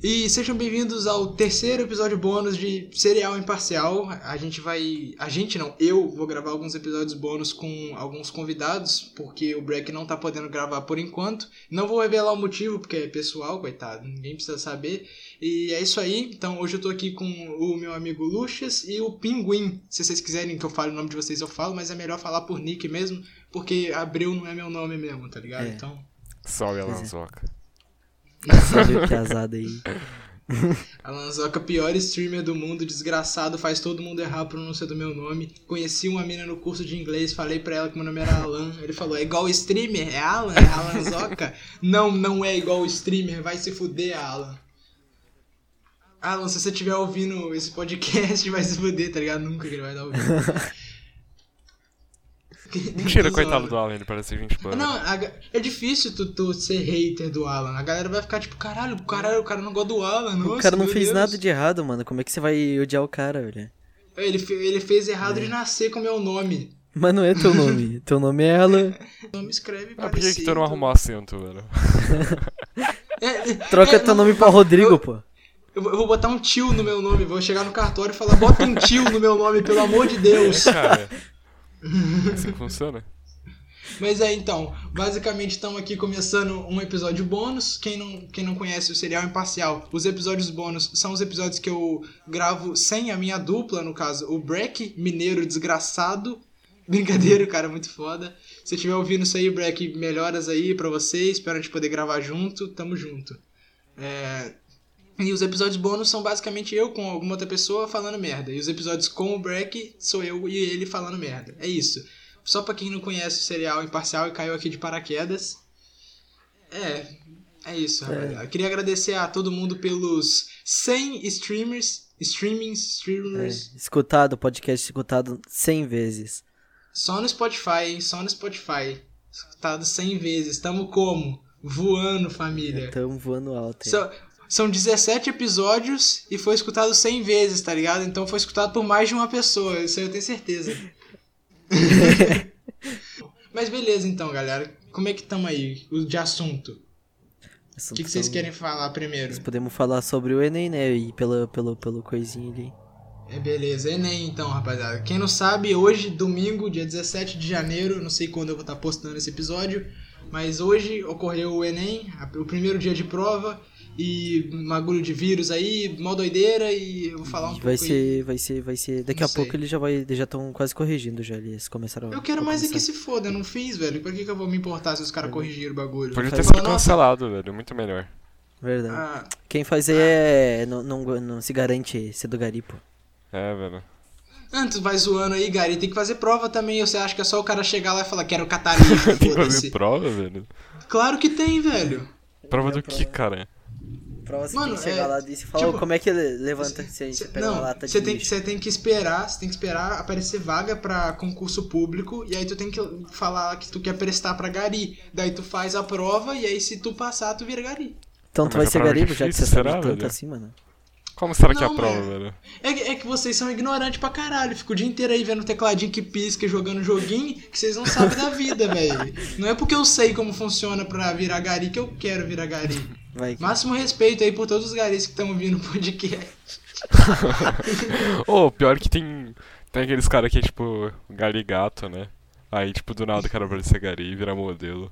E sejam bem-vindos ao terceiro episódio bônus de Serial Imparcial. A gente vai. A gente não, eu vou gravar alguns episódios bônus com alguns convidados, porque o Breck não tá podendo gravar por enquanto. Não vou revelar o motivo, porque é pessoal, coitado, ninguém precisa saber. E é isso aí. Então hoje eu tô aqui com o meu amigo Luxas e o Pinguim. Se vocês quiserem que eu fale o nome de vocês, eu falo, mas é melhor falar por nick mesmo, porque Abreu não é meu nome mesmo, tá ligado? É. Então. Salve, Pois é. Alanzoca. Sabe que azada aí. Alanzoca, pior streamer do mundo, desgraçado, faz todo mundo errar a pronúncia do meu nome. Conheci uma mina no curso de inglês, falei pra ela que meu nome era Alan. Ele falou: é igual streamer? É Alan? É Alanzoca? não, não é igual streamer, vai se fuder, Alan. Alan, se você estiver ouvindo esse podcast, vai se fuder, tá ligado? Nunca que ele vai dar ouvido. Mentira, Tô coitado zoando. do Alan, ele parece 20 Ah, bandas. Não, a ga- é difícil tu, tu ser hater do Alan. A galera vai ficar tipo, caralho, caralho, o cara não gosta do Alan. O nossa, cara não meu fez Deus." nada de errado, mano. Como é que você vai odiar o cara, velho? Ele, fe- ele fez errado É. de nascer com o meu nome. Mas não é teu nome. teu nome é Alan. Não me escreve Ah, por que, que tu parecido. não arrumou acento, velho? É, é, Troca é, teu não, nome pra Rodrigo, pô. Eu, vou- eu vou botar um tio no meu nome, vou chegar no cartório e falar, bota um tio no meu nome, pelo amor de Deus. Cara, é assim que funciona? Mas é então, basicamente estamos aqui começando um episódio bônus. Quem não, quem não conhece o Serial Imparcial, os episódios bônus são os episódios que eu gravo sem a minha dupla, no caso, o Breck, mineiro desgraçado. Brincadeira, o cara é muito foda. Se estiver ouvindo isso aí, Breck, melhoras aí pra você. Espero a gente poder gravar junto. Tamo junto. É, E os episódios bônus são basicamente eu com alguma outra pessoa falando merda. E os episódios com o Breck sou eu e ele falando merda. É isso. Só pra quem não conhece o serial Imparcial e caiu aqui de paraquedas. É, é isso, rapaziada. Eu queria agradecer a todo mundo pelos 100 streamers, streamings, É, streamers. escutado, podcast escutado 100 vezes. Só no Spotify, hein? Só no Spotify. Escutado 100 vezes. Tamo como? Voando, família. Tamo voando alto. hein? São, são 17 episódios e foi escutado 100 vezes, tá ligado? Então foi escutado por mais de uma pessoa, isso aí eu tenho certeza. Mas beleza então, galera. Como é que tamo aí o- de assunto? O Assunto que, que vocês são- querem falar primeiro? Nós podemos falar sobre o Enem, né? E pelo, pelo, pelo coisinho ali. É beleza, Enem então, rapaziada. Quem não sabe, hoje, domingo, dia 17 de janeiro, não sei quando eu vou estar postando esse episódio, mas hoje ocorreu o Enem, a- o primeiro dia de prova, e magulho de vírus aí, mó doideira, e eu vou falar um pouco. Vai aí. ser, vai ser, vai ser. Daqui Não a sei. pouco eles já vai, eles já estão quase corrigindo já. Eles começaram. Eu quero a mais é começar. que se foda, eu não fiz, velho. Por que, que eu vou me importar se os caras corrigiram o bagulho? Podia Eu ter falo, sido "Nossa, cancelado, velho. Muito melhor. Verdade. ah, Quem faz aí é não, não, não se garante ser do garipo. É, velho. ah, tu vai zoando aí, Gary. Tem que fazer prova também. ou Você acha que é só o cara chegar lá e falar, quero catalítico, Tem que fazer foda-se. prova, velho. Claro que tem, velho. Prova É, do que, cara? Pra você Mano, tem que chegar é, lá e se falar tipo, como é que ele levanta se a gente Cê- pega uma Não, lata de você tem, lixo. cê tem que esperar, você tem que esperar aparecer vaga pra concurso público e aí tu tem que falar que tu quer prestar pra Gari. Daí tu faz a prova e aí se tu passar, tu vira Gari. Então Ah, tu vai mas a ser prova é garipo, já que você difícil, sabe será, tanto velho? assim, mano. Como será que é a Não, prova, mano. velho? É, que- é que vocês são ignorantes pra caralho. Fico o dia inteiro aí vendo tecladinho que pisca, e jogando joguinho, que vocês não sabem da vida, velho. Não é porque eu sei como funciona pra virar Gari que eu quero virar Gari. Vai. Máximo respeito aí por todos os garis que estão ouvindo o podcast. Ô, pior que tem. Tem aqueles caras que é tipo gari gato, né? Aí, tipo, do nada o cara vai ser gari e vira modelo.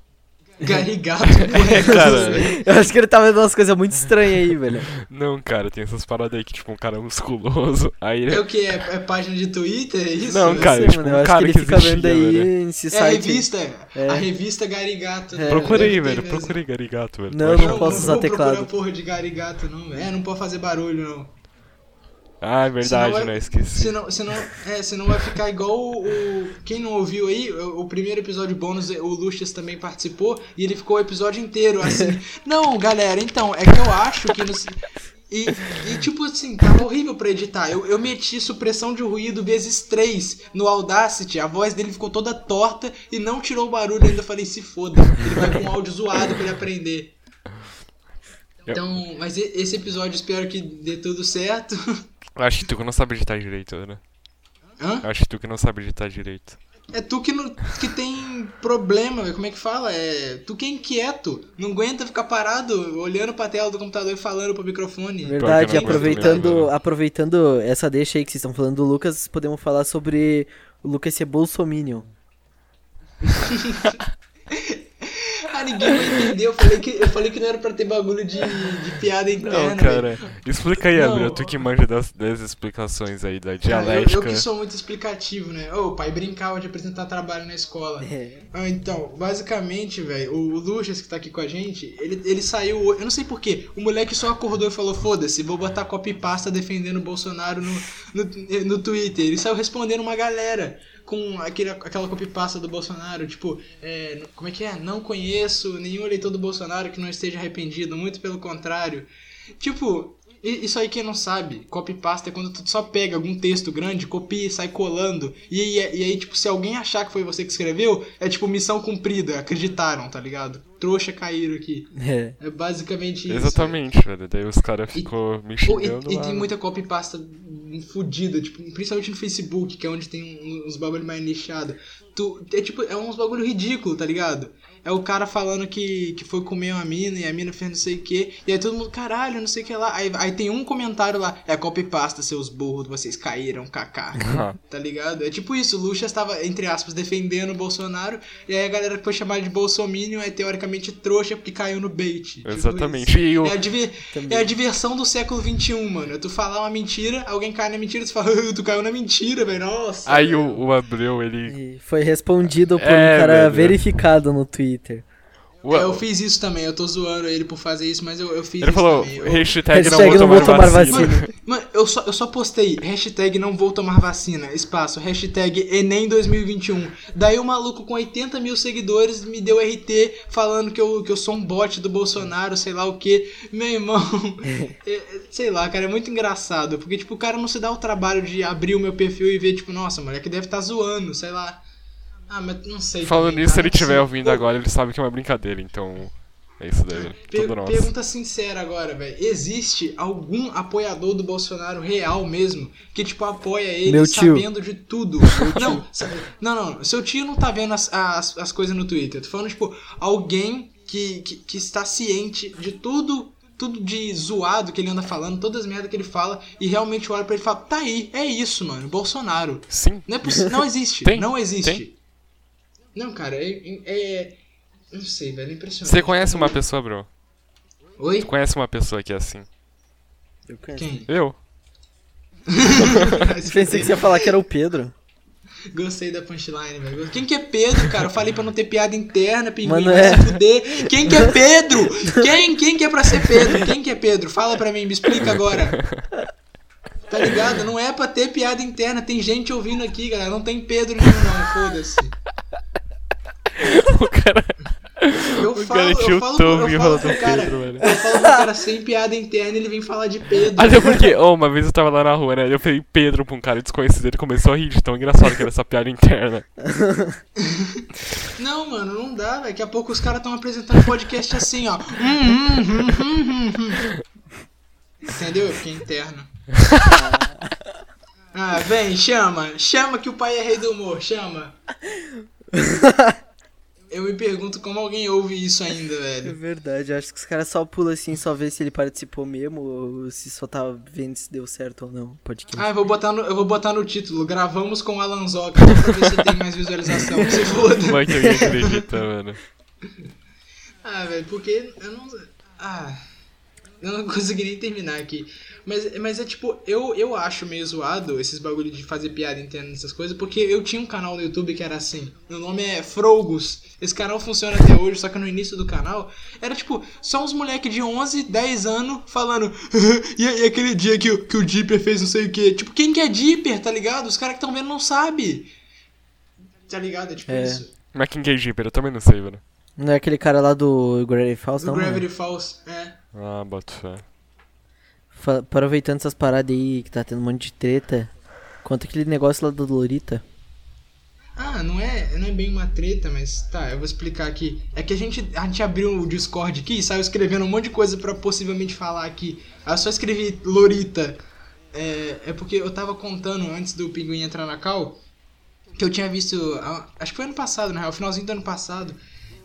É, Gari gato, moleque. Cara, Eu acho que ele tá vendo umas coisas muito estranhas aí, velho. não, cara, tem essas paradas aí que, tipo, um cara musculoso. Aí ele É o que? É, é página de Twitter? É isso? Não, velho? cara, Sim, tipo, mano, um eu acho cara que ele que fica existia, vendo aí velho. esse É a site. revista, É. a revista Garigato. É. Procura aí, Deve ter velho. mesmo. Procura aí Garigato, velho. Não, Vai não achar. posso usar vou procurar teclado. porra de Garigato, não. É, não pode fazer barulho, não. Ah, é verdade, Senão vai- né? Esqueci. Senão, senão, é, senão vai ficar igual o, o- Quem não ouviu aí, o, o primeiro episódio bônus, é, o Luxas também participou, e ele ficou o episódio inteiro assim. não, galera, então, é que eu acho que. no se- e, e, tipo assim, tava horrível pra editar. Eu, eu meti supressão de ruído vezes 3 no Audacity, a voz dele ficou toda torta e não tirou o barulho ainda. Eu falei, se foda, ele vai com um áudio zoado pra ele aprender. Eu- Então, mas e- esse episódio espero que dê tudo certo. Acho que tu que não sabe editar direito, né? Hã? Acho que tu que não sabe editar direito. É tu que, não, que tem problema, velho. como é que fala? É tu que é inquieto, não aguenta ficar parado olhando pra tela do computador e falando pro microfone. Pior Verdade, que eu não aproveitando, gosto mesmo, né? aproveitando essa deixa aí que vocês estão falando do Lucas, podemos falar sobre o Lucas ser bolsominion. Ah, ninguém vai entender. Eu falei que, eu falei que não era pra ter bagulho de, de piada interna. Não, cara. velho. Explica aí, É, né? Não. Abra, tu que manja das, das explicações aí da Ah, eu- dialética. Eu, que sou muito explicativo, né? Ô, o pai brincava de apresentar trabalho na escola. É. Ah, então, basicamente, velho, o Luchas que tá aqui com a gente, ele, ele saiu. ho- Eu não sei porquê. O moleque só acordou e falou: foda-se, vou botar copy pasta defendendo o Bolsonaro no, no, no Twitter. Ele saiu respondendo uma galera com aquele, aquela copy pasta do Bolsonaro. Tipo, é, como é que é? Não conheço nenhum eleitor do Bolsonaro que não esteja arrependido, muito pelo contrário. Tipo. i- Isso aí quem não sabe, copy pasta é quando tu só pega algum texto grande, copia e sai colando. E, aí- e aí, tipo, se alguém achar que foi você que escreveu, é tipo missão cumprida, acreditaram, tá ligado? Trouxa caíram aqui. É. É basicamente isso. Exatamente, velho. Daí os caras E- ficou me Pô, e, xingando e lá, tem né? muita copy pasta fudida, tipo, principalmente no Facebook, que é onde tem um- uns bagulho mais nichado. Tu, é tipo, é uns bagulho ridículo, tá ligado? É o cara falando que, que foi comer uma mina e a mina fez não sei o que. E aí todo mundo, caralho, não sei o que lá. Aí, aí tem um comentário lá, é copy pasta, seus burros, vocês caíram, kaká. Ah, Tá ligado? É tipo isso, o Lucha estava, entre aspas, defendendo o Bolsonaro, e aí a galera que foi chamada de Bolsominion é teoricamente trouxa porque caiu no bait. Tipo Exatamente. E isso. o, É a, diver- Também. é a diversão do século XXI, mano. É Tu falar uma mentira, alguém cai na mentira, tu fala, "Ah, tu caiu na mentira, velho. Nossa. aí o, o Abreu, ele. E foi respondido por É, um cara velho. verificado no Twitter. o- É, eu fiz isso também, eu tô zoando ele por fazer isso, mas eu, eu fiz ele isso falou: também. Eu- hashtag, Hashtag não vou tomar vacina. Mano, mano, eu só, eu só postei hashtag não vou tomar vacina, espaço, hashtag Enem 2021. Daí o maluco com 80 mil seguidores me deu RT falando que eu, que eu sou um bot do Bolsonaro, sei lá o que. Meu irmão, é, é, sei lá, cara, é muito engraçado. Porque, tipo, o cara não se dá o trabalho de abrir o meu perfil e ver, tipo, nossa, moleque deve estar zoando, sei lá. Ah, mas não sei. Falando também, nisso, se cara, ele estiver assim, ouvindo agora, ele sabe que é uma brincadeira, então. É isso daí, velho. Per- Tudo nosso. pergunta sincera agora, velho. Existe algum apoiador do Bolsonaro real mesmo que, tipo, apoia ele Meu tio. sabendo de tudo? não, sa- não, não, não. Seu tio não tá vendo as, as, as coisas no Twitter. Tô falando, tipo, alguém que, que, que está ciente de tudo. Tudo de zoado que ele anda falando, todas as merdas que ele fala, e realmente olha pra ele e fala: tá aí, é isso, mano, Bolsonaro. Sim. Não é possível. Não existe. Tem? Não existe. Tem? Não, cara, é. é- Não sei, velho, é impressionante. Você conhece uma pessoa, Abreu? Oi? Tu conhece uma pessoa que é assim? Eu conheço. Quem? Eu? Pensei que você ia falar que era o Pedro. Gostei da punchline, velho. Quem que é Pedro, cara? Eu falei pra não ter piada interna, pinguim, Mano, vai é. se fuder. Quem que é Pedro? Quem, quem que é pra ser Pedro? Quem que é Pedro? Fala pra mim, me explica agora. Tá ligado? Não é pra ter piada interna. Tem gente ouvindo aqui, galera. Não tem Pedro nenhum, não. Foda-se. O cara. Eu O falo, cara eu falo, pro- tiltou eu e falo falou pro do cara. Pedro, velho. Eu falo pro cara sem piada interna, ele vem falar de Pedro. Até porque, oh, uma vez eu tava lá na rua, né? Eu falei Pedro pra um cara desconhecido, ele começou a rir de tão engraçado que era essa piada interna. Não, mano, não dá, velho. Daqui a pouco os caras estão apresentando podcast assim, ó. Hum, hum, hum, hum, hum, hum. Entendeu? Eu fiquei interno. Ah, vem, chama. Chama que o pai é rei do humor, chama. Eu me pergunto como alguém ouve isso ainda, É velho. verdade, acho que os caras só pulam assim, só vê se ele participou mesmo ou se só tá vendo se deu certo ou não. o Podcast. Ah, eu vou botar no, eu vou botar no título. Gravamos com o Alanzoca pra ver se tem mais visualização. Se foda. Como é que alguém acredita, mano? Ah, velho, porque eu não. Ah. Eu não consegui nem terminar aqui. Mas, mas é tipo, eu, eu acho meio zoado esses bagulho de fazer piada interna nessas coisas, porque eu tinha um canal no YouTube que era assim. Meu nome é Frogos. Esse canal funciona até hoje, só que no início do canal era tipo, só uns moleque de 11, 10 anos falando. e, e aquele dia que, o- que o Dipper fez não sei o quê. Tipo, quem que é Dipper, tá ligado? Os caras que estão vendo não sabem. Tá ligado? É tipo É. isso. Mas quem que é Jeeper? Eu também não sei, velho. Não é aquele cara lá do Gravity Falls, Do não? Gravity Falls, é. Ah, boto fé. mano? Fa- Aproveitando essas paradas aí que tá tendo um monte de treta. Conta aquele negócio lá do Lolita. Ah, não é, não é bem uma treta, mas tá, eu vou explicar aqui. É que a gente, a gente abriu o Discord aqui e saiu escrevendo um monte de coisa pra possivelmente falar aqui. Aí eu só escrevi Lorita. É, é porque eu tava contando antes do pinguim entrar na cal que eu tinha visto, ah, acho que foi ano passado, na real, finalzinho do ano passado,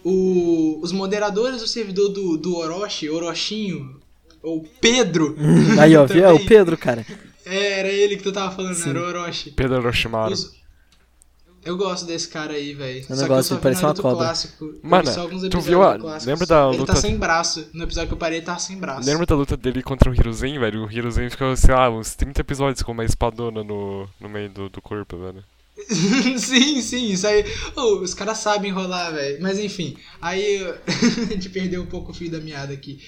o- os moderadores do servidor do, do Orochi, Orochinho, ou Pedro. Aí, ó, viu? É o também. Pedro, cara. É, era ele que tu tava falando, né? Sim. era o Orochi. Pedro Orochimaru. Os- Eu gosto desse cara aí, velho. Eu Só não que eu gosto, só ele vi parece na uma luta cobra. clássico. Eu vi Mano, só alguns tu episódios viu a- do clássico. lembra da Ele luta- tá sem braço. No episódio que eu parei, ele tava sem braço. Lembra da luta dele contra o Hiruzen, velho? O Hiruzen ficou, sei lá, uns 30 episódios com uma espadona no, no meio do, do corpo, velho. sim, sim, isso aí. Ô, os caras sabem enrolar, velho. Mas enfim, aí eu- a gente perdeu um pouco o fio da meada aqui.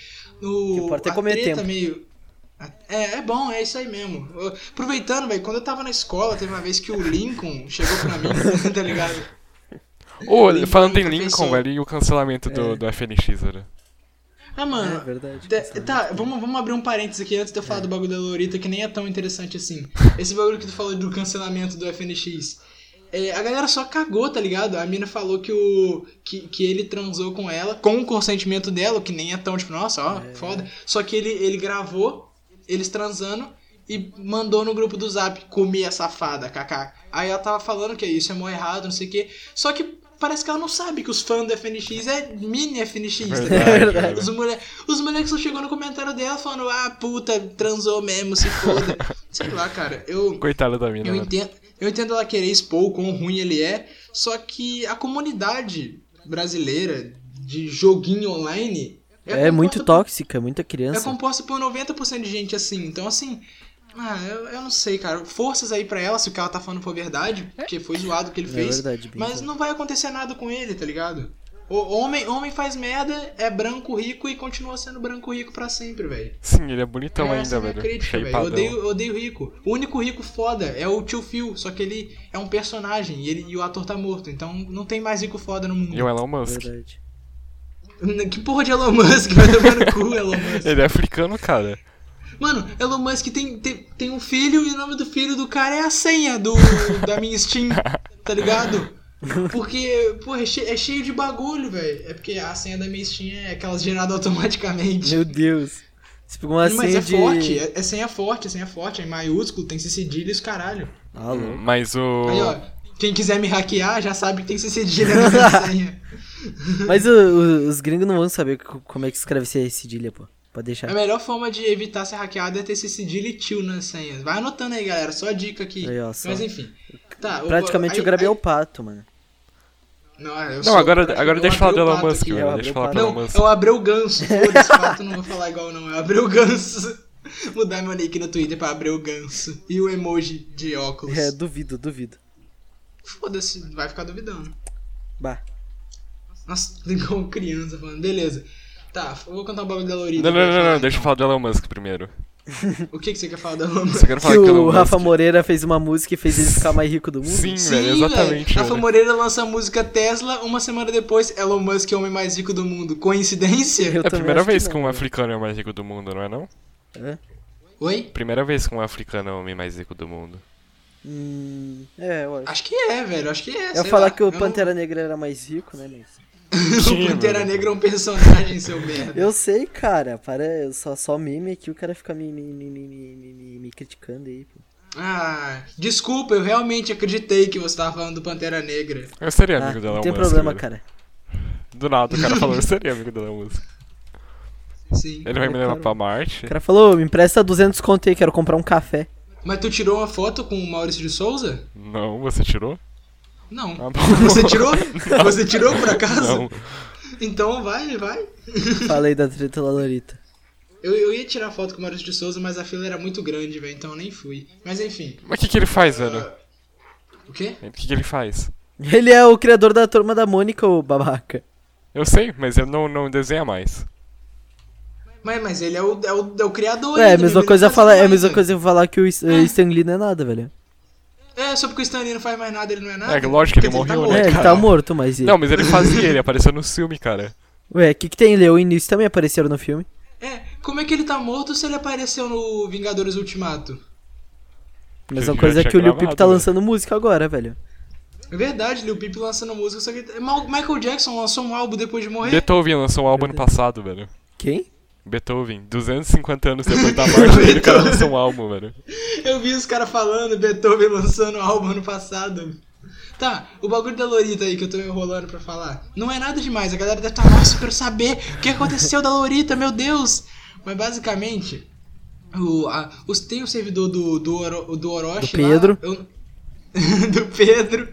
O, Que importa é a comer treta tempo. meio. É, é bom, é isso aí mesmo. Eu- Aproveitando, velho, quando eu tava na escola, teve uma vez que o Lincoln chegou pra mim, tá ligado? Ô, Lincoln falando em nunca Lincoln, pensou. velho, e o cancelamento do, É. do FNX, velho. Ah, É mano, verdade. Tá, tá, vamos, vamos abrir um parênteses aqui antes de eu falar do bagulho da Lolita, que nem é tão interessante assim. Esse bagulho que tu falou do cancelamento do FNX. É, a galera só cagou, tá ligado? A mina falou que, o, que, que ele transou com ela, com o consentimento dela, o que nem é tão tipo, nossa, ó, foda. Só que ele, ele gravou eles transando e mandou no grupo do zap, comer a safada, kaká. Aí ela tava falando que isso é mó errado, não sei o quê. Só que parece que ela não sabe que os fãs do FNX é mini FNX, tá ligado? Verdade, verdade. Os, velho. mole... Os moleques só chegou no comentário dela falando, ah, puta, transou mesmo, se foda. Sei lá, cara, eu, Coitada da mina, eu, velho. entendo, eu entendo ela querer expor o quão ruim ele é, só que a comunidade brasileira de joguinho online É muito composta tóxica, muita por- É criança. composta por 90% de gente assim, então assim... Ah, eu, eu não sei, cara. Forças aí pra ela, se o que ela tá falando for verdade, porque foi zoado o que ele É fez. verdade, Binho. Mas não vai acontecer nada com ele, tá ligado? O homem, homem faz merda, é branco rico e continua sendo branco rico pra sempre, velho. Sim, ele é bonitão Essa é ainda, a minha velho. crítica, velho. Eu Shapeadão. odeio, eu odeio rico. O único rico foda é o tio Phil, só que ele é um personagem e, ele, e o ator tá morto, então não tem mais rico foda no mundo. E o Elon Musk. Verdade. Que porra de Elon Musk vai tomar no cu, Elon Musk. Ele é africano, cara. Mano, Elon Musk tem, tem, tem um filho e o nome do filho do cara é a senha do, da minha Steam, tá ligado? Porque, porra, é che- é cheio, de bagulho, velho. É porque a senha da minha Steam é aquelas geradas automaticamente. Meu Deus. Você pegou uma Mas senha é de... forte, é, é senha forte, é senha forte, é em maiúsculo, tem C cedilha e os caralho. Ah, louco. Mas o. Aí, ó, quem quiser me hackear já sabe que tem C cedilha na minha senha. Mas o- o- os gringos não vão saber co- como é que escreve essa cedilha, pô. Pode deixar. A melhor forma de evitar ser hackeado é ter C cedilha e tio nas senhas. Vai anotando aí, galera, só dica aqui. Aí, ó, só. Mas enfim. Tá, o- Praticamente aí- o Gabriel aí- Pato, mano. Não, é, eu Não, sou- agora, eu agora deixa eu falar abri do o Elon pato Musk, aqui. eu velho. abri Deixa eu o falar do pato. Elon Não, Musk. eu abri o ganso. Foda-se, pato, não vou falar igual não. Eu abri o ganso. Mudar meu nick no Twitter pra abrir o ganso. E o emoji de óculos. É, duvido, duvido. Foda-se, vai ficar duvidando. Bah. Nossa, tem como criança falando. Beleza. Tá, eu vou cantar um bagulho da Lorita. Não, não, não, não, deixa eu falar do Elon Musk primeiro. O que, que você quer falar da Lorita? Só quero falar Que que o Elon Rafa Musk- Moreira fez uma música e fez ele ficar mais rico do mundo. Sim, velho, exatamente. Rafa velho. Moreira lança a música Tesla, uma semana depois, Elon Musk é o homem mais rico do mundo. Coincidência? Eu É a também primeira acho que vez não, que um né? africano é o mais rico do mundo, não é não? É. Oi? Primeira vez que um africano é o homem mais rico do mundo. Hum, é, eu acho. Acho que é, velho. Acho que é. Eu ia sei falar lá. que o não- Pantera Negra era mais rico, né, mas... o Sim, Pantera mano. Negra é um personagem, seu merda. Eu sei, cara. Para, eu só, só meme aqui, o cara fica me, me, me, me, me, me- me- me criticando aí, pô. Ah, desculpa, eu realmente acreditei que você tava falando do Pantera Negra. Eu seria Ah, amigo do Elon não tem Musk, problema, velho. cara. Do nada o cara falou, eu seria amigo do Elon Musk. Sim. Ele vai É, me levar claro. pra Marte. O cara falou, me empresta 200 conto aí, quero comprar um café. Mas tu tirou uma foto com o Maurício de Souza? Não, você tirou? Não. Ah, bom. Você tirou? Você tirou por acaso? Não. Então vai, vai. Falei da treta da Lorita. Eu, eu ia tirar foto com o Maurício de Souza, mas a fila era muito grande, velho, então eu nem fui. Mas enfim. Mas o que, que ele faz, velho? O quê? O que, que ele faz? Ele é o criador da turma da Mônica, o babaca. Eu sei, mas ele não, não desenha mais. Mas, mas ele é o, é o, é o criador. É, aí a do mesma Bebê coisa Não Faz falar, é a Mais, mesma velho. coisa eu falar que o S- É. Stan Lee não é nada, velho. É, só porque o Stanley não faz mais nada, ele não é nada. É, lógico que ele Quer dizer, morreu, né, É, morto. ele tá cara. morto, mas ele. Não, mas ele fazia, ele apareceu no filme, cara. Ué, o que que tem ele? é O início também apareceram no filme. É, como é que ele tá morto se ele apareceu no Vingadores Ultimato? A mesma já coisa tinha que o Lil gravado, Peep tá né? lançando música agora, velho. É verdade, Lil Peep lançando música, só que Ma- Michael Jackson lançou um álbum depois de morrer. Beethoven lançou um álbum ano passado, velho. Quem? Beethoven, 250 anos depois da morte dele, o cara lançou um álbum, velho. Eu vi os caras falando Beethoven lançando um álbum ano passado. Tá, o bagulho da Lorita aí que eu tô enrolando pra falar. Não é nada demais, a galera deve estar, tá, nossa, eu quero saber o que aconteceu da Lorita, meu Deus! Mas basicamente, o, a, os, tem o servidor do, do, Oro, do Orochi Do lá, Pedro. eu- do Pedro.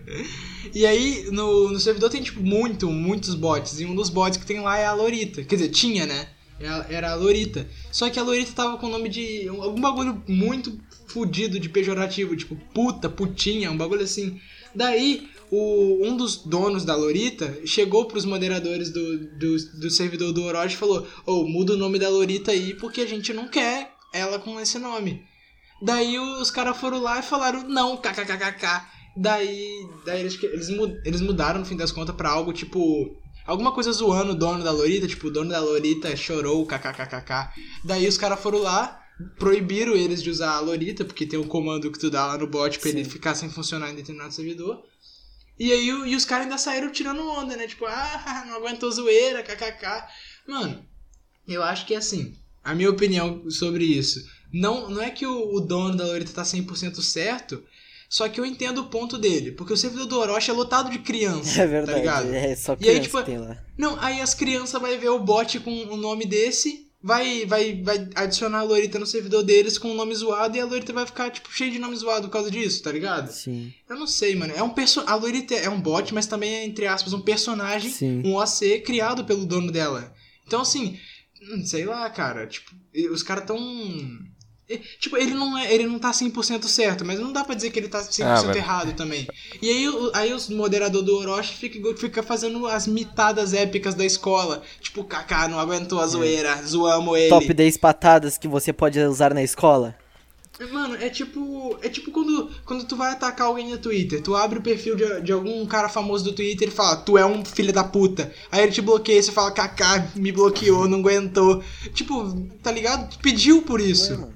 E aí, no, no servidor tem, tipo, muito, muitos bots. E um dos bots que tem lá é a Lorita. Quer dizer, tinha, né? Ela- Era a Lorita. Só que a Lorita tava com o nome de. um- algum bagulho muito fudido de pejorativo, tipo puta, putinha, um bagulho assim. Daí, o, um dos donos da Lorita chegou pros moderadores do, do, do servidor do Orochi e falou: Ô, muda o nome da Lorita aí porque a gente não quer ela com esse nome. Daí os caras foram lá e falaram não, kkkk. Daí, daí eles, eles, mu- eles mudaram no fim das contas pra algo tipo. Alguma coisa zoando o dono da Lorita, tipo, o dono da Lorita chorou, kkkk. Daí os caras foram lá, proibiram eles de usar a Lorita, porque tem um comando que tu dá lá no bot pra ele Sim. ficar sem funcionar em determinado servidor. E aí o- e os caras ainda saíram tirando onda, né? Tipo, ah, não aguentou zoeira, kkk. Mano, eu acho que é assim. A minha opinião sobre isso. Não, não é que o, o dono da Lorita tá 100% certo, só que eu entendo o ponto dele. Porque o servidor do Orochi é lotado de criança. É Tá verdade. ligado? é só E aí, criança tipo, que tem lá. Não, aí as crianças vai ver o bot com um nome desse, vai, vai, vai adicionar a Lorita no servidor deles com um nome zoado e a Lorita vai ficar, tipo, cheia de nome zoado por causa disso, tá ligado? Sim. Eu não sei, mano. É um perso a Lorita é um bot, mas também é, entre aspas, um personagem Sim. um OC criado pelo dono dela. Então, assim, hum, sei lá, cara, tipo, e- os caras tão. e- Tipo, ele não, é, ele não tá 100% certo, mas não dá pra dizer que ele tá 100% Ah, velho. errado também. E aí, o- aí os moderador do Orochi fica, fica fazendo as mitadas épicas da escola. Tipo, Kaká não aguentou a zoeira, zoamos ele. Top 10 patadas que você pode usar na escola. Mano, é tipo. É tipo quando, quando tu vai atacar alguém no Twitter, tu abre o perfil de, de algum cara famoso do Twitter e fala, tu é um filho da puta. Aí ele te bloqueia e você fala, Kaká, me bloqueou, não aguentou. Tipo, tá ligado? Tu pediu por isso. Ué, é, mano.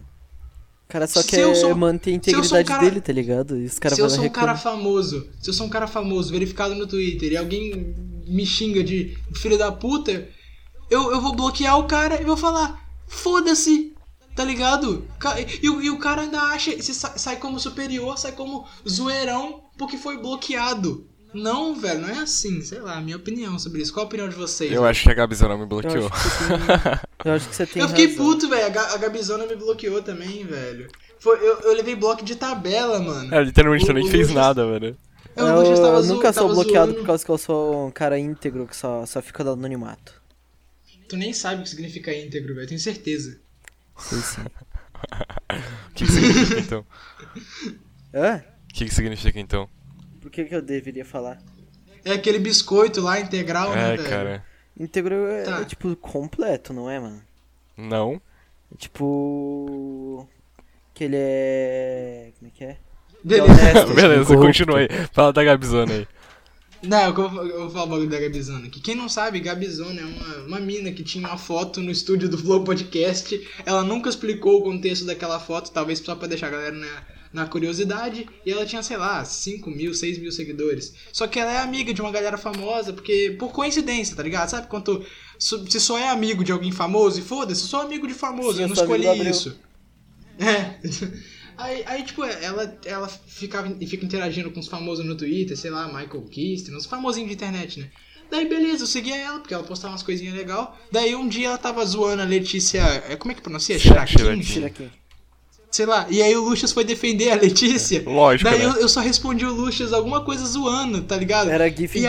O cara só Se quer eu sou- manter a se eu sou um integridade cara- dele, tá ligado? E os caras se eu vão sou um lá cara reclamar. famoso, se eu sou um cara famoso, verificado no Twitter, e alguém me xinga de filho da puta, eu, eu vou bloquear o cara e vou falar, foda-se, tá ligado? Ca- E, o- e o cara ainda acha, se sa- sai como superior, sai como zoeirão, porque foi bloqueado. Não, velho, não é assim, sei lá, minha opinião sobre isso. Qual a opinião de vocês? Eu acho que a Gabizona me Eu bloqueou. acho, que você tem... eu acho que você tem Eu fiquei razão. puto, velho, a, Ga- a Gabizona me bloqueou também, velho. Foi, eu, eu levei bloco de tabela, mano. É, literalmente, eu O- nem o fez Lucas- nada, velho. Eu, Lucas, tava eu zo- nunca sou tava bloqueado zoando. por causa que eu sou um cara íntegro que só, só fica do anonimato. Tu nem sabe o que significa íntegro, velho, tenho certeza. Sei sim. O que, que significa então? Hã? O que, que significa então? Por que, que eu deveria falar? É aquele biscoito lá integral, né, É, velho? cara. Íntegro é, Tá. é, tipo completo, não é, mano? Não. É, tipo. Que ele é. Como é que é? Beleza. Honesto, tipo, Beleza, corrupto. continua aí. Fala da Gabizona aí. Não, eu vou, eu vou falar o bagulho da Gabizona aqui. Quem não sabe, Gabizona é uma, uma mina que tinha uma foto no estúdio do Flow Podcast. Ela nunca explicou o contexto daquela foto, talvez só pra deixar a galera na, na curiosidade. E ela tinha, sei lá, 5 mil, 6 mil seguidores. Só que ela é amiga de uma galera famosa, porque por coincidência, tá ligado? Sabe quanto. Se só é amigo de alguém famoso, e foda-se, eu sou amigo de famoso, Sim, eu não eu sou amigo do escolhi Abreu. isso. É. Aí, aí, tipo, ela, ela ficava, fica interagindo com os famosos no Twitter, sei lá, Michael Kister, uns famosinhos de internet, né? Daí, beleza, eu seguia ela, porque ela postava umas coisinhas legal. Daí, um dia, ela tava zoando a Letícia... é, Como é que pronuncia? Chiraquim? Chiraquim. Tira aqui. Sei lá. E aí, o Luxas foi defender a Letícia. Lógico, Daí, né? eu, eu só respondi o Luxas alguma coisa zoando, tá ligado? Era GIF E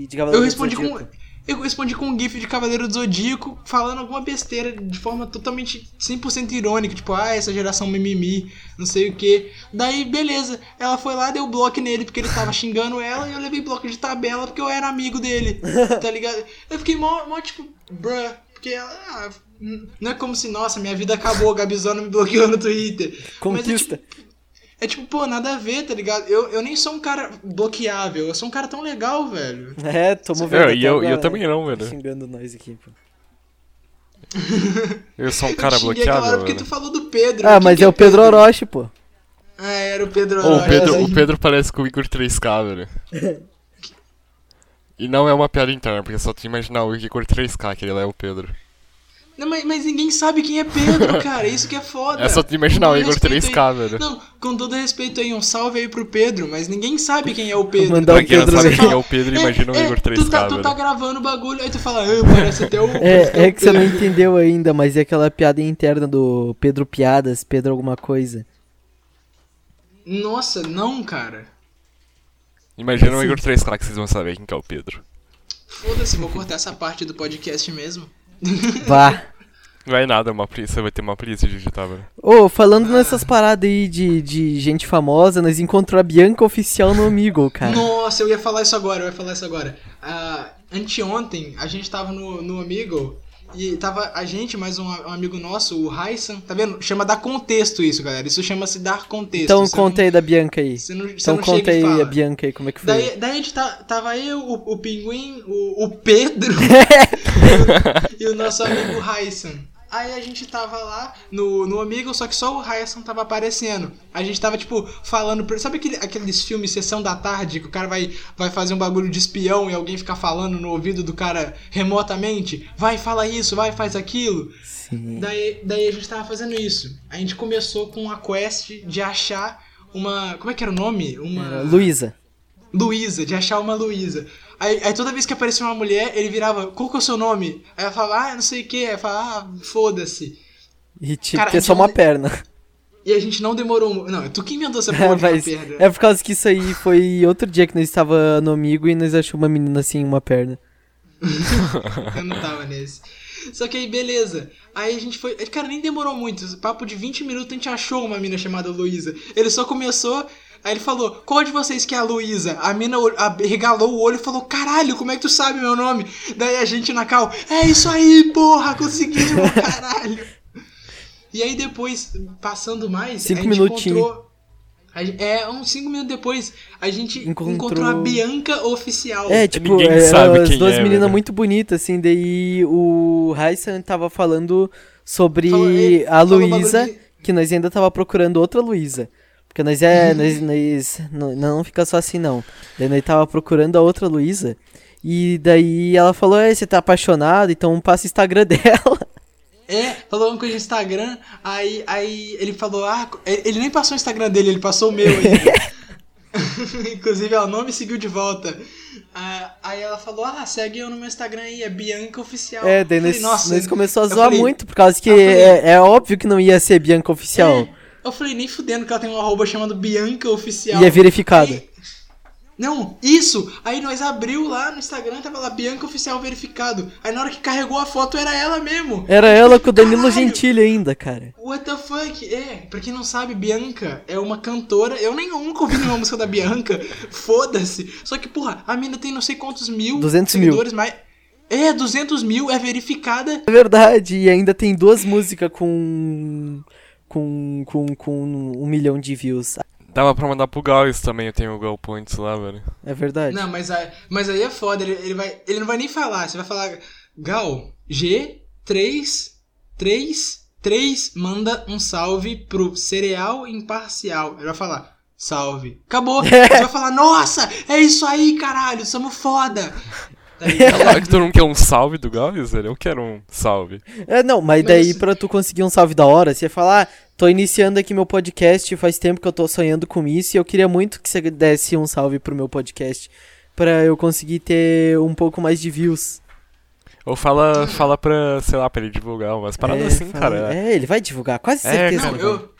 de. de Cavaleiro Eu do respondi com. Zodíaco. Eu respondi com um gif de Cavaleiro do Zodíaco falando alguma besteira de forma totalmente 100% irônica, tipo, ah, essa geração mimimi, não sei o que. Daí, beleza, ela foi lá, deu bloco nele porque ele tava xingando ela e eu levei bloco de tabela porque eu era amigo dele, tá ligado? Eu fiquei mó, mó tipo, bruh, porque ela, ah, não é como se, nossa, minha vida acabou, a Gabizona me bloqueou no Twitter. Mas é tipo, Conquista. é tipo, pô, nada a ver, tá ligado? Eu, eu nem sou um cara bloqueável, eu sou um cara tão legal, velho. É, tomou Eu- vergonha e até eu- e agora, eu também né? não, velho. Xingando nós aqui, pô. Eu sou um cara eu te xinguei aquela hora bloqueado, porque velho. tu falou do Pedro. né, Ah, que mas que é o Pedro Orochi, pô. Ah, era o Pedro Ô, Orochi. o, Pedro, assim. o Pedro parece com o Igor 3K, velho. E não é uma piada interna, porque só tu imaginar o Igor 3K, que ele lá é o Pedro. Não, mas, mas ninguém sabe quem é Pedro, cara. Isso que é foda. É só tu imaginar Com o todo Igor respeito aí- 3K, velho. Não, com todo respeito aí, um salve aí pro Pedro, mas ninguém sabe quem é o Pedro. Mandar Pra quem não Pedro sabe vem. quem é o Pedro, É, imagina o é, Igor tu tá, 3K, tu tá velho. gravando o bagulho, aí tu fala, "Ah, parece até o. parece até É, o é que você não Pedro." entendeu ainda, mas é aquela piada interna do Pedro Piadas, Pedro alguma coisa. Nossa, não, cara. Imagina o Igor 3K que vocês vão saber quem que é o Pedro. Foda-se, vou cortar essa parte do podcast mesmo. Vá. Vai é nada, uma preguiça, você vai ter uma preguiça de digitar, velho. Ô, falando nessas paradas aí de, de gente famosa, nós encontramos a Bianca oficial no Amigo, cara. Nossa, eu ia falar isso agora, eu ia falar isso agora. Ah, anteontem, a gente tava no, no Amigo e tava a gente mais um, um amigo nosso, o Raisan, tá vendo? Chama dar contexto isso, galera. Isso chama-se dar contexto. então Você conta aí da Bianca aí. não- Você não, você Então não conta chega e aí fala. a Bianca aí, como é que foi? Daí, daí a gente tá, tava eu, o, o Pinguim, o, o Pedro e, o, e o nosso amigo Raissan. Aí a gente tava lá no, no Amigo, só que só o Raissan tava aparecendo. A gente tava, tipo, falando. pra- Sabe aquele, aqueles filmes Sessão da Tarde, que o cara vai, vai fazer um bagulho de espião e alguém fica falando no ouvido do cara remotamente? Vai, fala isso, vai, faz aquilo. Sim. Daí, daí a gente tava fazendo isso. A gente começou com a quest de achar uma. Como é que era o nome? Uma. Era Luísa. Luísa, de achar uma Luísa. Aí, aí toda vez que aparecia uma mulher, ele virava, qual que é o seu nome? Aí ela falava, ah, não sei o que. Aí eu falava, ah, foda-se. E tinha Cara, que ter só então- uma perna. E a gente não demorou. mu- Não, tu que inventou essa porra É, de uma mas perna. é por causa que isso aí foi outro dia que nós estava no amigo e nós achamos uma menina assim, uma perna. Eu não tava nesse. Só que aí, beleza. Aí a gente foi. eh, Cara, nem demorou muito. Papo de 20 minutos a gente achou uma mina chamada Luísa. Ele só começou. Aí ele falou, qual de vocês que é a Luísa? A mina ol- a- regalou o olho e falou, caralho, como é que tu sabe meu nome? Daí a gente na cal, é isso aí, porra, conseguimos, caralho. E aí depois, passando mais, Cinco a gente minutinhos. encontrou... a gen- É, uns cinco minutos depois, a gente Encontrou- encontrou, a Bianca oficial. É, tipo, ninguém eram sabe as quem duas é, meninas velho. muito bonitas, assim, daí o Raissan tava falando sobre Falou- ele a falou o bagulho Luísa, de- que nós ainda tava procurando outra Luísa. Porque nós é. nós, nós- não, não fica só assim, não. Daí nós tava procurando a outra Luísa. E daí ela falou, é, você tá apaixonado, então passa o Instagram dela. É, falou uma coisa no Instagram, aí, aí ele falou, ah, ele ele nem passou o Instagram dele, ele passou o meu aí. Inclusive, ela não me seguiu de volta. Ah, aí ela falou, ah, segue eu no meu Instagram aí, é Bianca Oficial. É, daí Eu falei, nós, nós começou a eu zoar falei- muito, por causa que eu falei- é, é óbvio que não ia ser Bianca oficial. É, eu falei, nem fudendo que ela tem um arroba chamado Bianca Oficial. E é verificado. Aí- Não, isso! Aí nós abriu lá no Instagram, tava lá Bianca Oficial verificado. Aí na hora que carregou a foto era ela mesmo. Era ela com o Danilo Caralho! Gentili ainda, cara. What the fuck? É, pra quem não sabe, Bianca é uma cantora. Eu nem nunca ouvi nenhuma música da Bianca. Foda-se. Só que, porra, a mina tem não sei quantos mil 200 mil. seguidores, mas. É, 200 mil, é verificada. É verdade, e ainda tem duas músicas com. com. com. com um milhão de views. Dava pra mandar pro Gaules também, eu tenho o Gal Points lá, velho. É verdade. Não, mas, aí- mas aí é foda. Ele, ele vai, ele não vai nem falar. Você vai falar, Gal, G, 3, 3, 3, manda um salve pro cereal imparcial. Ele vai falar, salve. Acabou. Você vai falar, nossa, é isso aí, caralho, somos foda. Tá Daí, Claro que todo mundo quer um salve do Gaules, velho. Eu quero um salve. É, não, mas Mas daí isso- pra tu conseguir um salve da hora, você ia falar, ah, tô iniciando aqui meu podcast, faz tempo que eu tô sonhando com isso, e eu queria muito que você desse um salve pro meu podcast. Pra eu conseguir ter um pouco mais de views. Ou fala, fala pra, sei lá, pra ele divulgar umas paradas É, assim, fala- cara. É, ele vai divulgar, quase É, certeza. Não, que vai. eu.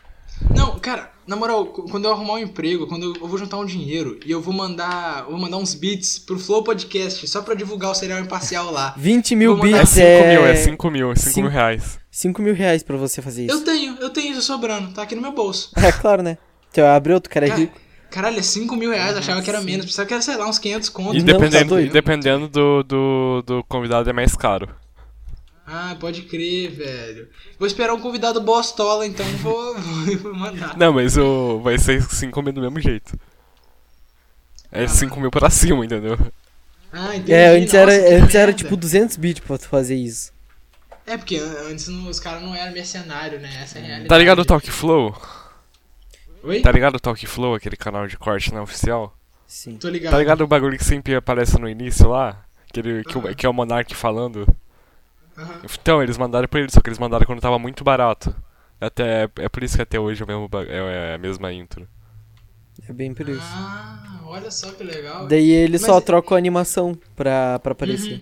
Não, cara, na moral, cu- quando eu arrumar um emprego, quando eu- eu vou juntar um dinheiro e eu vou mandar. eu Vou mandar uns beats pro Flow Podcast, só pra divulgar o serial imparcial lá. 20 mil Vou mandar- É bits 5 é... mil, é 5 mil, 5 mil Cinco- reais. 5 mil reais pra você fazer Eu isso. tenho, eu tenho isso sobrando, tá aqui no meu bolso. É claro, né? Então abre outro cara é Cara, rico. caralho, é 5 mil reais, eu achava que era menos, pensava que era, sei lá, uns 500 E conto. Ah, Não, tá dependendo, doido. dependendo do, do, do convidado é mais caro. Ah, pode crer, velho. Vou esperar um convidado bostola, então vou, vou mandar. Não, mas o, vai ser 5 mil do mesmo jeito. É 5 mil pra cima, entendeu? Ah, entendi. É, antes era, nossa, que antes era merda. tipo 200 bits pra tu fazer isso. É, porque an- antes não- os caras não eram mercenário, né? Essa é a realidade. Tá ligado o Talk Flow? Oi? Tá ligado o Talk Flow, aquele canal de corte não oficial? Sim. Tô ligado. Tá ligado o bagulho que sempre aparece no início lá? Aquele, que, o- que é o Monark falando? Aham. Então, eles mandaram pra ele, só que eles mandaram quando tava muito barato. Até, é por isso que até hoje é, o mesmo ba- é- é a mesma intro. É bem por isso. Ah, olha só que legal. Daí ele Mas só é- troca a animação pra, pra aparecer. Uhum.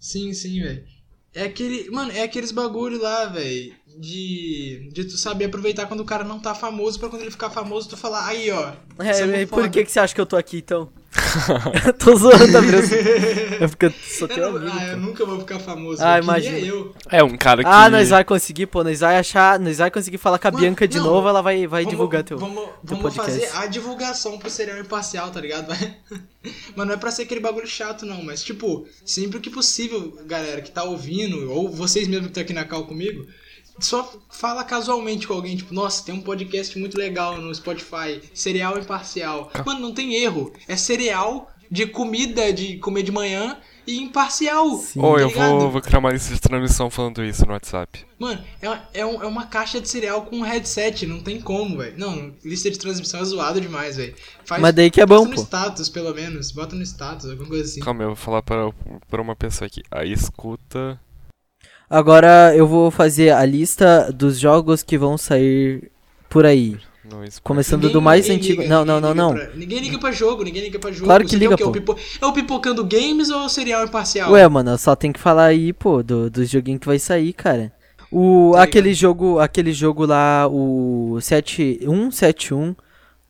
Sim, sim, velho. É aquele. Mano, é aqueles bagulho lá, velho. De. De tu saber aproveitar quando o cara não tá famoso, pra quando ele ficar famoso, tu falar, aí, ó. É, sou e muito por foda." que, que você acha que eu tô aqui então? Eu tô zoando, Abreu. É porque eu sou teu Eu não- amigo. ah, eu pô. nunca... nunca vou ficar famoso. Ah, Ah, imagina. imagina. eu. É um cara que. Ah, nós vai conseguir, pô. Nós vai achar. Nós vai conseguir falar com a Mano, Bianca de não. novo, ela vai, vai Vamos- divulgar teu. Vamos, teu vamos podcast. fazer a divulgação pro serial imparcial, tá ligado? Vai- Mas não é pra ser aquele bagulho chato, não. Mas, tipo, sempre que possível, galera que tá ouvindo, ou vocês mesmos que estão aqui na cal comigo, só fala casualmente com alguém, tipo, nossa, tem um podcast muito legal no Spotify, Cereal Imparcial. Ah. Mano, não tem erro. É cereal de comida, de comer de manhã e imparcial. Sim. Ou tá eu ligado? vou, vou criar uma lista de transmissão falando isso no WhatsApp. Mano, é, é, um- é uma caixa de cereal com um headset, não tem como, velho. Não, lista de transmissão é zoado demais, velho. Faz- Mas daí que é bota bom, no pô. status, pelo menos. Bota no status, alguma coisa assim. Calma, eu vou falar pra, pra uma pessoa aqui. A escuta. Agora eu vou fazer a lista dos jogos que vão sair por aí. Não, escuta. Começando do mais antigo. liga, não, não, ninguém não, liga não. pra- ninguém liga pra jogo, ninguém liga pra jogo. Claro que Você liga, quer o quê? pô. O pipo- É o Pipocando Games ou é o Cereal Imparcial? Ué, mano, só tem que falar aí, pô, do, dos joguinhos que vai sair, cara. O, Tá ligado. aquele jogo, aquele jogo lá, o 7171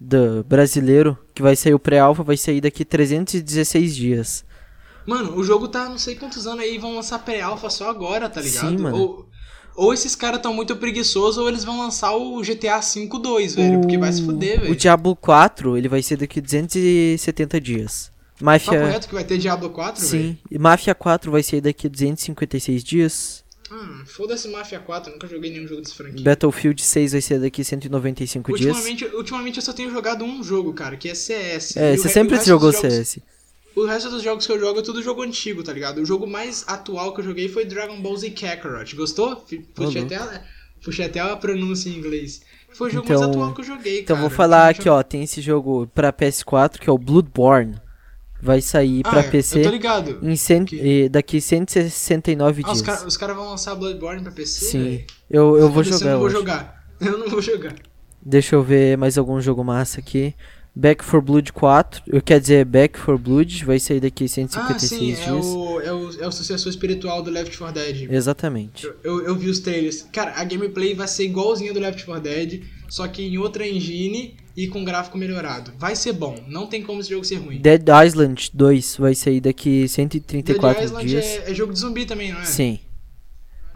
do brasileiro, que vai sair o pré-alfa, vai sair daqui 316 dias. Mano, o jogo tá não sei quantos anos aí e vão lançar pré-alpha só agora, tá ligado? Sim, mano. Ou, ou esses caras tão muito preguiçosos ou eles vão lançar o GTA V 2, velho. Porque vai se fuder, O velho. Diablo 4, ele vai ser daqui 270 dias. Tá Mafia, correto que vai ter Diablo 4, velho? sim. E Mafia 4 vai sair daqui 256 dias. Ah, foda-se Mafia 4, nunca joguei nenhum jogo desse franquia. Battlefield 6 vai ser daqui 195 dias. Ultimamente, ultimamente eu só tenho jogado um jogo, cara, que é CS. E É, o você re- sempre o resto jogou dos jogos- CS. O resto dos jogos que eu jogo é tudo jogo antigo, tá ligado? O jogo mais atual que eu joguei foi Dragon Ball Z Kakarot. Gostou? Fi- Puxei, louco. até, a, puxei até a pronúncia em inglês. Foi o jogo Então- mais atual que eu joguei, Então cara. vou falar Ultimamente aqui, ó, tem esse jogo pra PS4 que é o Bloodborne. Vai sair eu- pra Ah, é, Eu tô PC ligado. em cen... Que- eh, daqui 169 Ah, os dias. caras vão lançar Bloodborne pra PC? Sim, velho? eu, eu vou Esse jogar Eu não vou hoje. jogar. Eu não vou jogar. Deixa eu ver mais algum jogo massa aqui. Back for Blood 4, eu quer dizer Back for Blood, vai sair daqui Ah, 156 sim, é dias. o, é, o, é o sucessor espiritual do Left 4 Dead. Exatamente. Eu- Eu, eu vi os trailers. Cara, a gameplay vai ser igualzinha do Left 4 Dead, só que em outra engine e com gráfico melhorado. Vai ser bom, não tem como esse jogo ser ruim. Dead Island 2 vai sair daqui 134 dias. é, é jogo de zumbi também, não é? Sim.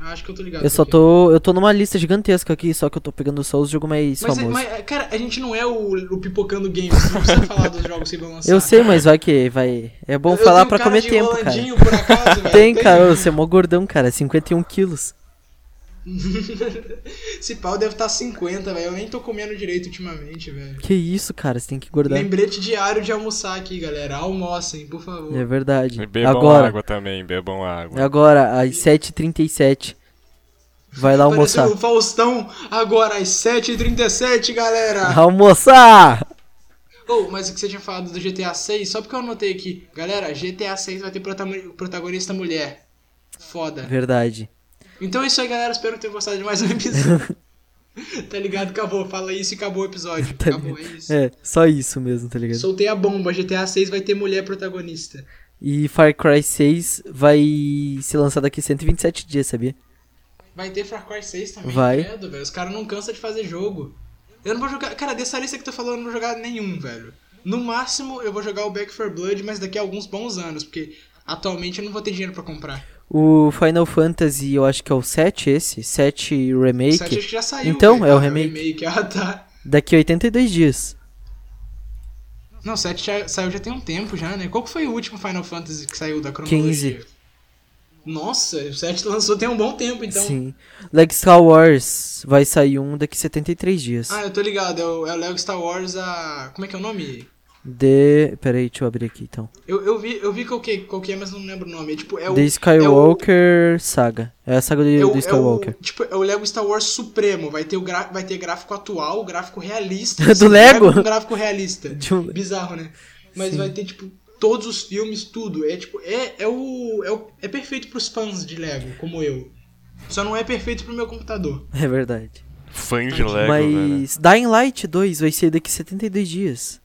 Ah, Acho que eu tô ligado. Eu só com o tô, eu tô numa lista gigantesca aqui, só que eu tô pegando só os jogos mais que é. Mas, é- famosos. mas, cara, a gente não é o, o Pipocando Games, não precisa falar dos jogos que vão lançar. Eu sei, mas vai que vai. É bom Eu falar tenho um pra cara comer de tempo, cara. Rolandinho, Por acaso, velho? Tem, Tenho. cara, você é mó gordão, cara, 51 quilos. Esse pau deve estar 50, velho. Eu nem tô comendo direito ultimamente, velho. Que isso, cara, você tem que engordar. Lembrete diário de almoçar aqui, galera. Almocem, por favor. É verdade. E bebam Agora, é água também, bebam água. agora, às 7h37. Vai lá Apareceu almoçar. o Faustão agora às 7h37, galera. Almoçar! Oh, mas o que você tinha falado do GTA 6, só porque eu anotei aqui. Galera, GTA 6 vai ter protamo- protagonista mulher. Foda. Verdade. Então é isso aí, galera. Espero que tenham gostado de mais um episódio. tá ligado? Acabou. Fala isso e acabou o episódio. Tá Acabou, é isso. É, só isso mesmo, tá ligado? Soltei a bomba. GTA 6 vai ter mulher protagonista. E Far Cry 6 vai ser lançado daqui 127 dias, sabia? Vai ter Far Cry 6 também. Vai. credo, velho. Os caras não cansam de fazer jogo. Eu não vou jogar. Cara, dessa lista que tu falou, eu não vou jogar nenhum, velho. No máximo, eu vou jogar o Back for Blood, mas daqui a alguns bons anos, porque atualmente eu não vou ter dinheiro pra comprar. O Final Fantasy, eu acho que é o 7 esse, 7 O Remake, site acho que já saiu. Então, velho. é o Ah, remake. Ah, tá. daqui 82 dias. Não, o 7 já saiu já tem um tempo já, né? Qual que foi o último Final Fantasy que saiu da cronologia? 15. Nossa, o 7 lançou tem um bom tempo, então. Sim. Like Star Wars vai sair um daqui 73 dias. Ah, eu tô ligado. É o, é o Lego Star Wars, a... Como é que é o nome? The. Peraí, deixa eu abrir aqui então. Eu, eu vi, eu vi qual, que, qual que é, mas não lembro o nome. É, tipo, é o, The Skywalker Saga. É a saga do, É o, do É Skywalker. o, tipo, é o Lego Star Wars Supremo. Vai ter, o gra- vai ter gráfico atual, gráfico realista. Do Lego? Um gráfico realista. De um- Bizarro, né? Mas Sim. vai ter, tipo. todos os filmes, tudo. É tipo, é, é o. É, o- é perfeito pros fãs de Lego, como eu. Só não é perfeito pro meu computador. É verdade. Fã de Lego, né? velho. Mas Dying Light 2 vai sair daqui 72 dias.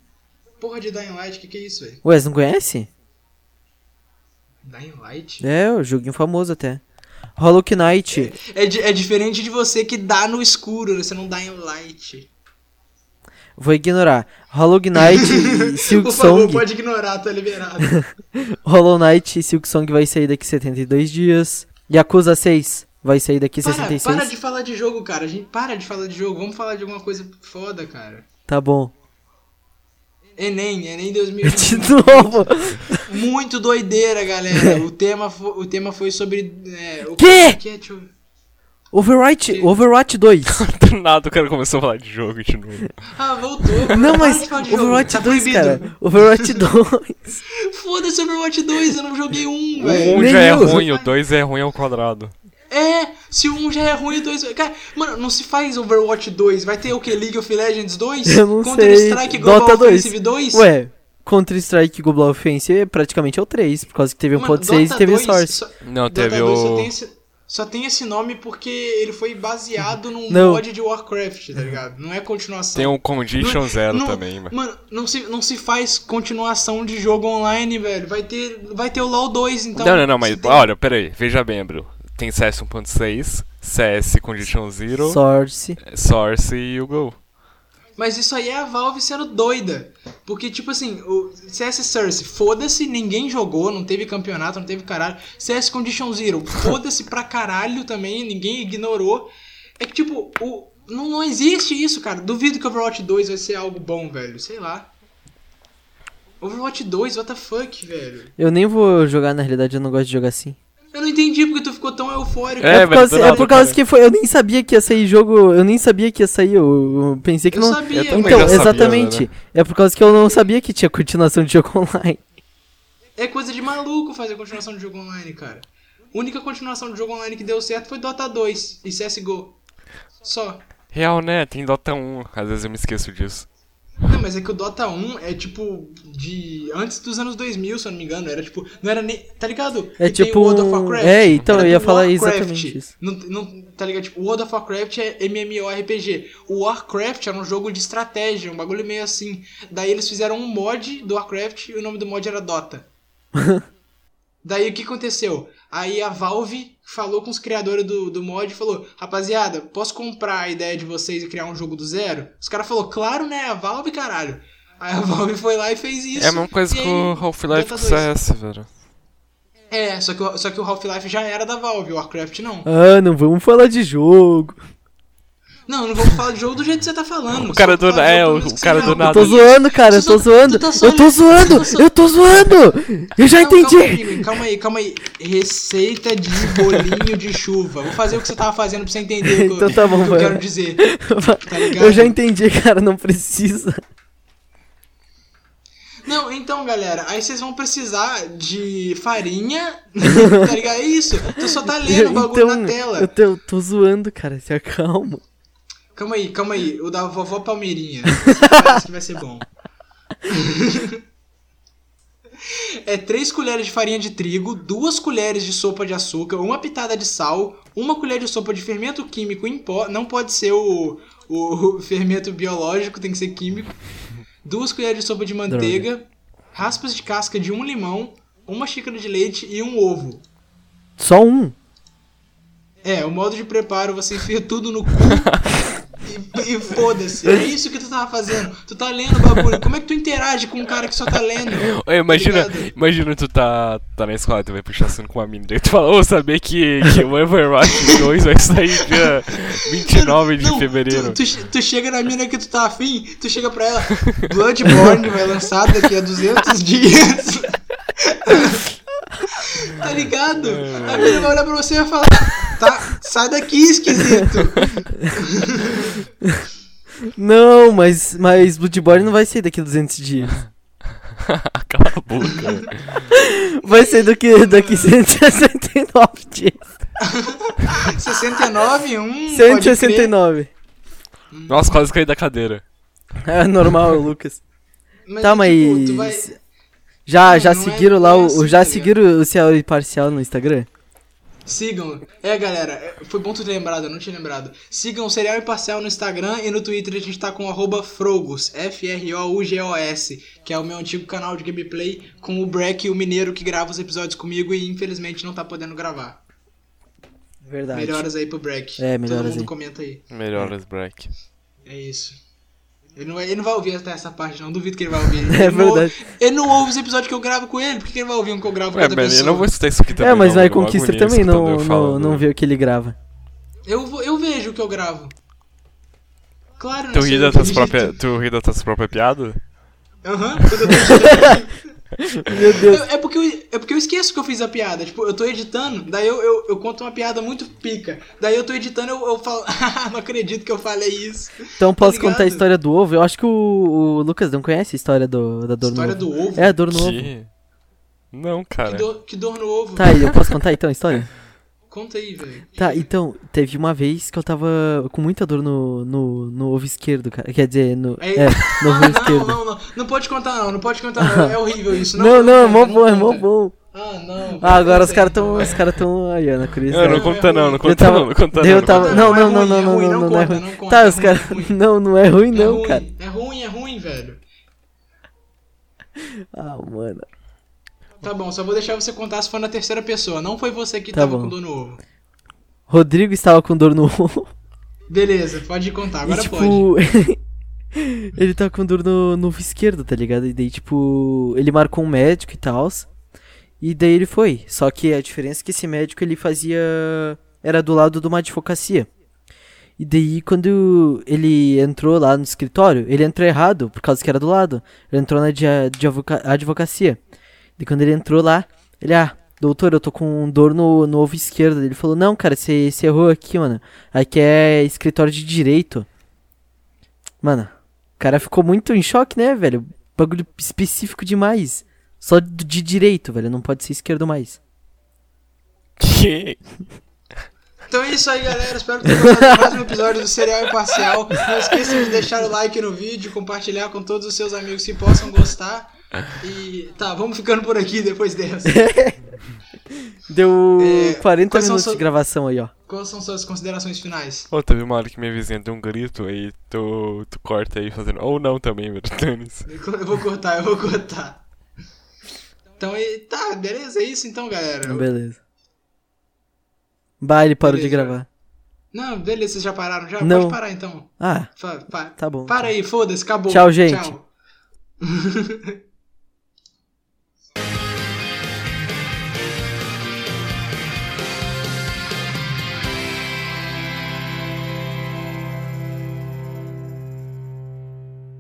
Porra de Dying Light, que que é isso, velho? Ué, você não conhece? Dying Light? É, o joguinho famoso até. Hollow Knight. É, di- é diferente de você que dá no escuro, né? você não dá em light. Vou ignorar. Hollow Knight e Silk Por favor, Song. pode ignorar, tá liberado. Hollow Knight e Silk Song vai sair daqui 72 dias. Yakuza 6 vai sair daqui para, 66. para de falar de jogo, cara. A gente para de falar de jogo. Vamos falar de alguma coisa foda, cara. Tá bom. Enem, Enem De 2020. novo. Muito doideira, galera. O tema, fo- o tema foi sobre. É, o Quê? que é, deixa eu- Overwatch, Overwatch 2. Do nada o cara começou a falar de jogo de novo. Ah, voltou. Não, Para mas de falar de jogo, Overwatch tá 2, proibido. cara. Overwatch 2. Foda-se Overwatch 2, eu não joguei um, O velho. 1 já é nem eu. ruim, o 2 é ruim ao quadrado. É, se um já é ruim, o dois. Cara, mano, não se faz Overwatch 2. Vai ter o que? League of Legends 2? Eu não Counter sei. Strike Global Dota 2. Offensive 2? Ué, Counter-Strike Global Offensive praticamente é o 3, por causa que teve Mano, 1.6 e Dota teve 2 Source. Só, Não, Dota teve 2 só tem, o. esse, só tem esse nome porque ele foi baseado num Não. mod de Warcraft, tá ligado? Não é continuação. Tem o Condition Zero Não- também, mano. Mano, não se, não se faz continuação de jogo online, velho. Vai ter, vai ter o LoL 2, então. não, não, não, mas se tem- olha, peraí, veja bem, Bru. Tem um CS 1.6, CS Condition Zero, Source. Source e o Go. Mas isso aí é a Valve sendo doida. Porque, tipo assim, o CS Source, foda-se, ninguém jogou, não teve campeonato, não teve caralho. CS Condition Zero, foda-se pra caralho também, ninguém ignorou. É que, tipo, o... não, não existe isso, cara. Duvido que Overwatch 2 vai ser algo bom, velho. Sei lá. Overwatch 2, what the fuck, velho? Eu nem vou jogar, na realidade, eu não gosto de jogar assim. Eu não entendi porque tu ficou tão eufórico. É, É, por velho, causa, do nada, é por causa cara. que foi. Eu nem sabia que ia sair jogo. Eu nem sabia que ia sair. Eu eu pensei que eu não. sabia, eu também Então, já mas sabia, né, exatamente. É por causa que eu não sabia que tinha continuação de jogo online. é coisa de maluco fazer continuação de jogo online, cara. A única continuação de jogo online que deu certo foi Dota 2 e CSGO. Só. Real, né? Tem Dota 1, às vezes eu me esqueço disso. Não, mas é que o Dota 1 é tipo de antes dos anos 2000, se eu não me engano, era tipo, não era nem, tá ligado? É E tem tipo o World of um- Warcraft. é, então, era eu ia do falar exatamente isso. Não, não, tá ligado? Tipo, o World of Warcraft é MMORPG. O Warcraft era um jogo de estratégia, um bagulho meio assim. Daí eles fizeram um mod do Warcraft e o nome do mod era Dota. Daí o que aconteceu? Aí a Valve falou com os criadores do, do mod e falou: Rapaziada, posso comprar a ideia de vocês e criar um jogo do zero? Os caras falaram: Claro, né? A Valve, caralho. Aí a Valve foi lá e fez isso. é a mesma coisa E que aí, o Half-Life com Dota o 2. CS, velho. É, só que, o- só que o Half-Life já era da Valve, o Warcraft não. Ah, não vamos falar de jogo. Não, não vamos falar de jogo do jeito que você tá falando. O cara do- Só fala é, jogo, pelo o- menos que o cara seja do nada. Eu tô algo. zoando, cara. Eu Tu tô só- tu zoando. tá só Eu tô olhando- zoando. tu tá só- Eu tô zoando. Eu já Não, Calma entendi. aí, calma aí, calma aí. Receita de bolinho de chuva. Vou fazer o que você tava fazendo pra você entender o que, eu- Então tá bom, o que eu vai. quero dizer. Tá ligado? Eu já entendi, cara. Não precisa. Não, então, galera, aí vocês vão precisar de farinha, tá ligado? É isso, tu só tá lendo o bagulho Então, na tela. eu tô, eu tô zoando, cara. Se acalma. Calma aí, calma aí, o da vovó Palmeirinha. Parece que vai ser bom. É 3 colheres de farinha de trigo, 2 colheres de sopa de açúcar, uma pitada de sal, uma colher de sopa de fermento químico em pó, não pode ser o, o fermento biológico, tem que ser químico, 2 colheres de sopa de manteiga, raspas de casca de um limão, uma xícara de leite e um ovo. Só um. É, o modo de preparo, você enfia tudo no cu e, e foda-se. É isso que tu tava fazendo. Tu tá lendo o bagulho. Como é que tu interage com um cara que só tá lendo? Ô, imagina, Obrigado. imagina tu tá, tá na escola, tu vai puxar assunto com uma mina, daí tu fala, ô, saber que, que o Overwatch 2 vai sair dia 29 de Não, fevereiro. Tu, tu, tu chega na mina que tu tá afim, tu chega pra ela, Bloodborne vai lançar daqui a 200 dias. tá ligado? A mina vai olhar pra você e vai falar, tá, sai daqui, esquisito. Não, mas, mas Bloodborne não vai sair daqui a 200 dias. Cala a boca. Vai sair daqui, daqui 169 dias. 69, um. 169. Nossa, quase caí da cadeira. É normal, Lucas. Mas, Tá, mas. tipo, tu vai- Já, Não, já não é- seguiram não lá é o. assim, o- já tá seguiram o Céu Parcial no Instagram? Sigam. É, galera, é, foi bom tu ter lembrado, eu não tinha lembrado. Sigam o Serial Imparcial no Instagram e no Twitter a gente tá com arroba Frogos, F-R-O-U-G-O-S, que é o meu antigo canal de gameplay com o Breck, o mineiro que grava os episódios comigo e infelizmente não tá podendo gravar. Verdade. Melhoras aí pro Breck. É, melhoras Todo mundo aí. comenta aí. Melhoras, break. É isso. Ele não, vai- ele não vai ouvir até essa parte, não. Duvido que ele vai ouvir. Ele É não ouve- verdade. ele não ouve os episódios que eu gravo com ele. Por que que ele vai ouvir um que eu gravo com Ué, outra É, mas pessoa? eu não vou escutar isso aqui também. é, mas não, na eu dou uma Conquista agonia também escutando eu não, não, falando. não vê o que ele grava. Eu, vou- eu vejo o que eu gravo. Claro, Tu não sei ri da o que eu tuas digito. próprias- tu ri da tuas próprias piadas? Aham. quando eu tô Meu Deus. editando. é, porque eu, é porque eu esqueço que eu fiz a piada. Tipo, eu tô editando, daí eu, eu, eu conto uma piada muito pica. Daí eu tô editando, eu, eu falo, ah, não acredito que eu falei isso. Então posso Tá ligado? contar a história do ovo? Eu acho que o, o Lucas não conhece a história do, da dor História no ovo. do ovo. É, a dor no ovo. Que... Não, Que, cara. dor, que dor no ovo. Tá, e eu posso contar então a história? Conta aí, velho. Tá, então, teve uma vez que eu tava com muita dor no, no, no ovo esquerdo, cara. Quer dizer, no. Aí- É, no ovo Ah, não, esquerdo. Não, não, não pode contar não, não pode contar não, é horrível isso. Não, não, é mó conta, bom, é não mó conta. bom. Ah, não. então, Ah, conta agora os caras aí, tão. Os caras tão. Aí, ó, na Não, curiosidade. não conta não, não Eu conta tava- não, não conta daí eu não. não tava- conta Não, não. não, É ruim, não, não, não, é não, ruim, não é não conta, ruim. não conta, Tá, é os ruim, caras. é ruim. Não, não é ruim, então. É não, ruim, cara. É ruim, é ruim, velho. Ah, mano. Tá bom, só vou deixar você contar se for na terceira pessoa. Não foi você que Tá tava bom. com dor no ovo. Rodrigo estava com dor no ovo. Beleza, pode contar, tá, agora e, tipo, pode. ele tá com dor no, no ovo esquerdo, tá ligado? E daí, tipo, ele marcou um médico e tal. E daí ele foi. Só que a diferença é que esse médico ele fazia. Era do lado de uma advocacia. E daí, quando ele entrou lá no escritório, ele entrou errado, por causa que era do lado. Ele entrou na de, de avoca- advocacia. E quando ele entrou lá, ele, ah, doutor, eu tô com dor no, no ovo esquerdo. Ele falou, não, cara, você você errou aqui, mano. Aqui é escritório de direito. Mano, o cara ficou muito em choque, né, velho? Bagulho específico demais. Só de de direito, velho. Não pode ser esquerdo mais. Que... Então é isso aí, galera. Espero que tenham gostado do próximo episódio do Serial Imparcial. Não esqueça de deixar o like no vídeo, compartilhar com todos os seus amigos que possam gostar. E tá, vamos ficando por aqui depois dessa. Deu É, 40 quais são minutos suas- de gravação aí, ó. Quais são suas considerações finais? Ô, teve uma hora que minha vizinha deu um grito aí tu, tu corta aí fazendo... Ou não também, velho, dane-se. Eu vou cortar, eu vou cortar. Então, e- tá, beleza, é isso então, galera. Beleza. Bah, ele parou de Beleza. gravar. Não, beleza, vocês já pararam já? Não. Pode parar então. Ah, Fa- pa- tá bom. Para aí, foda-se, acabou. Tchau, gente. Tchau.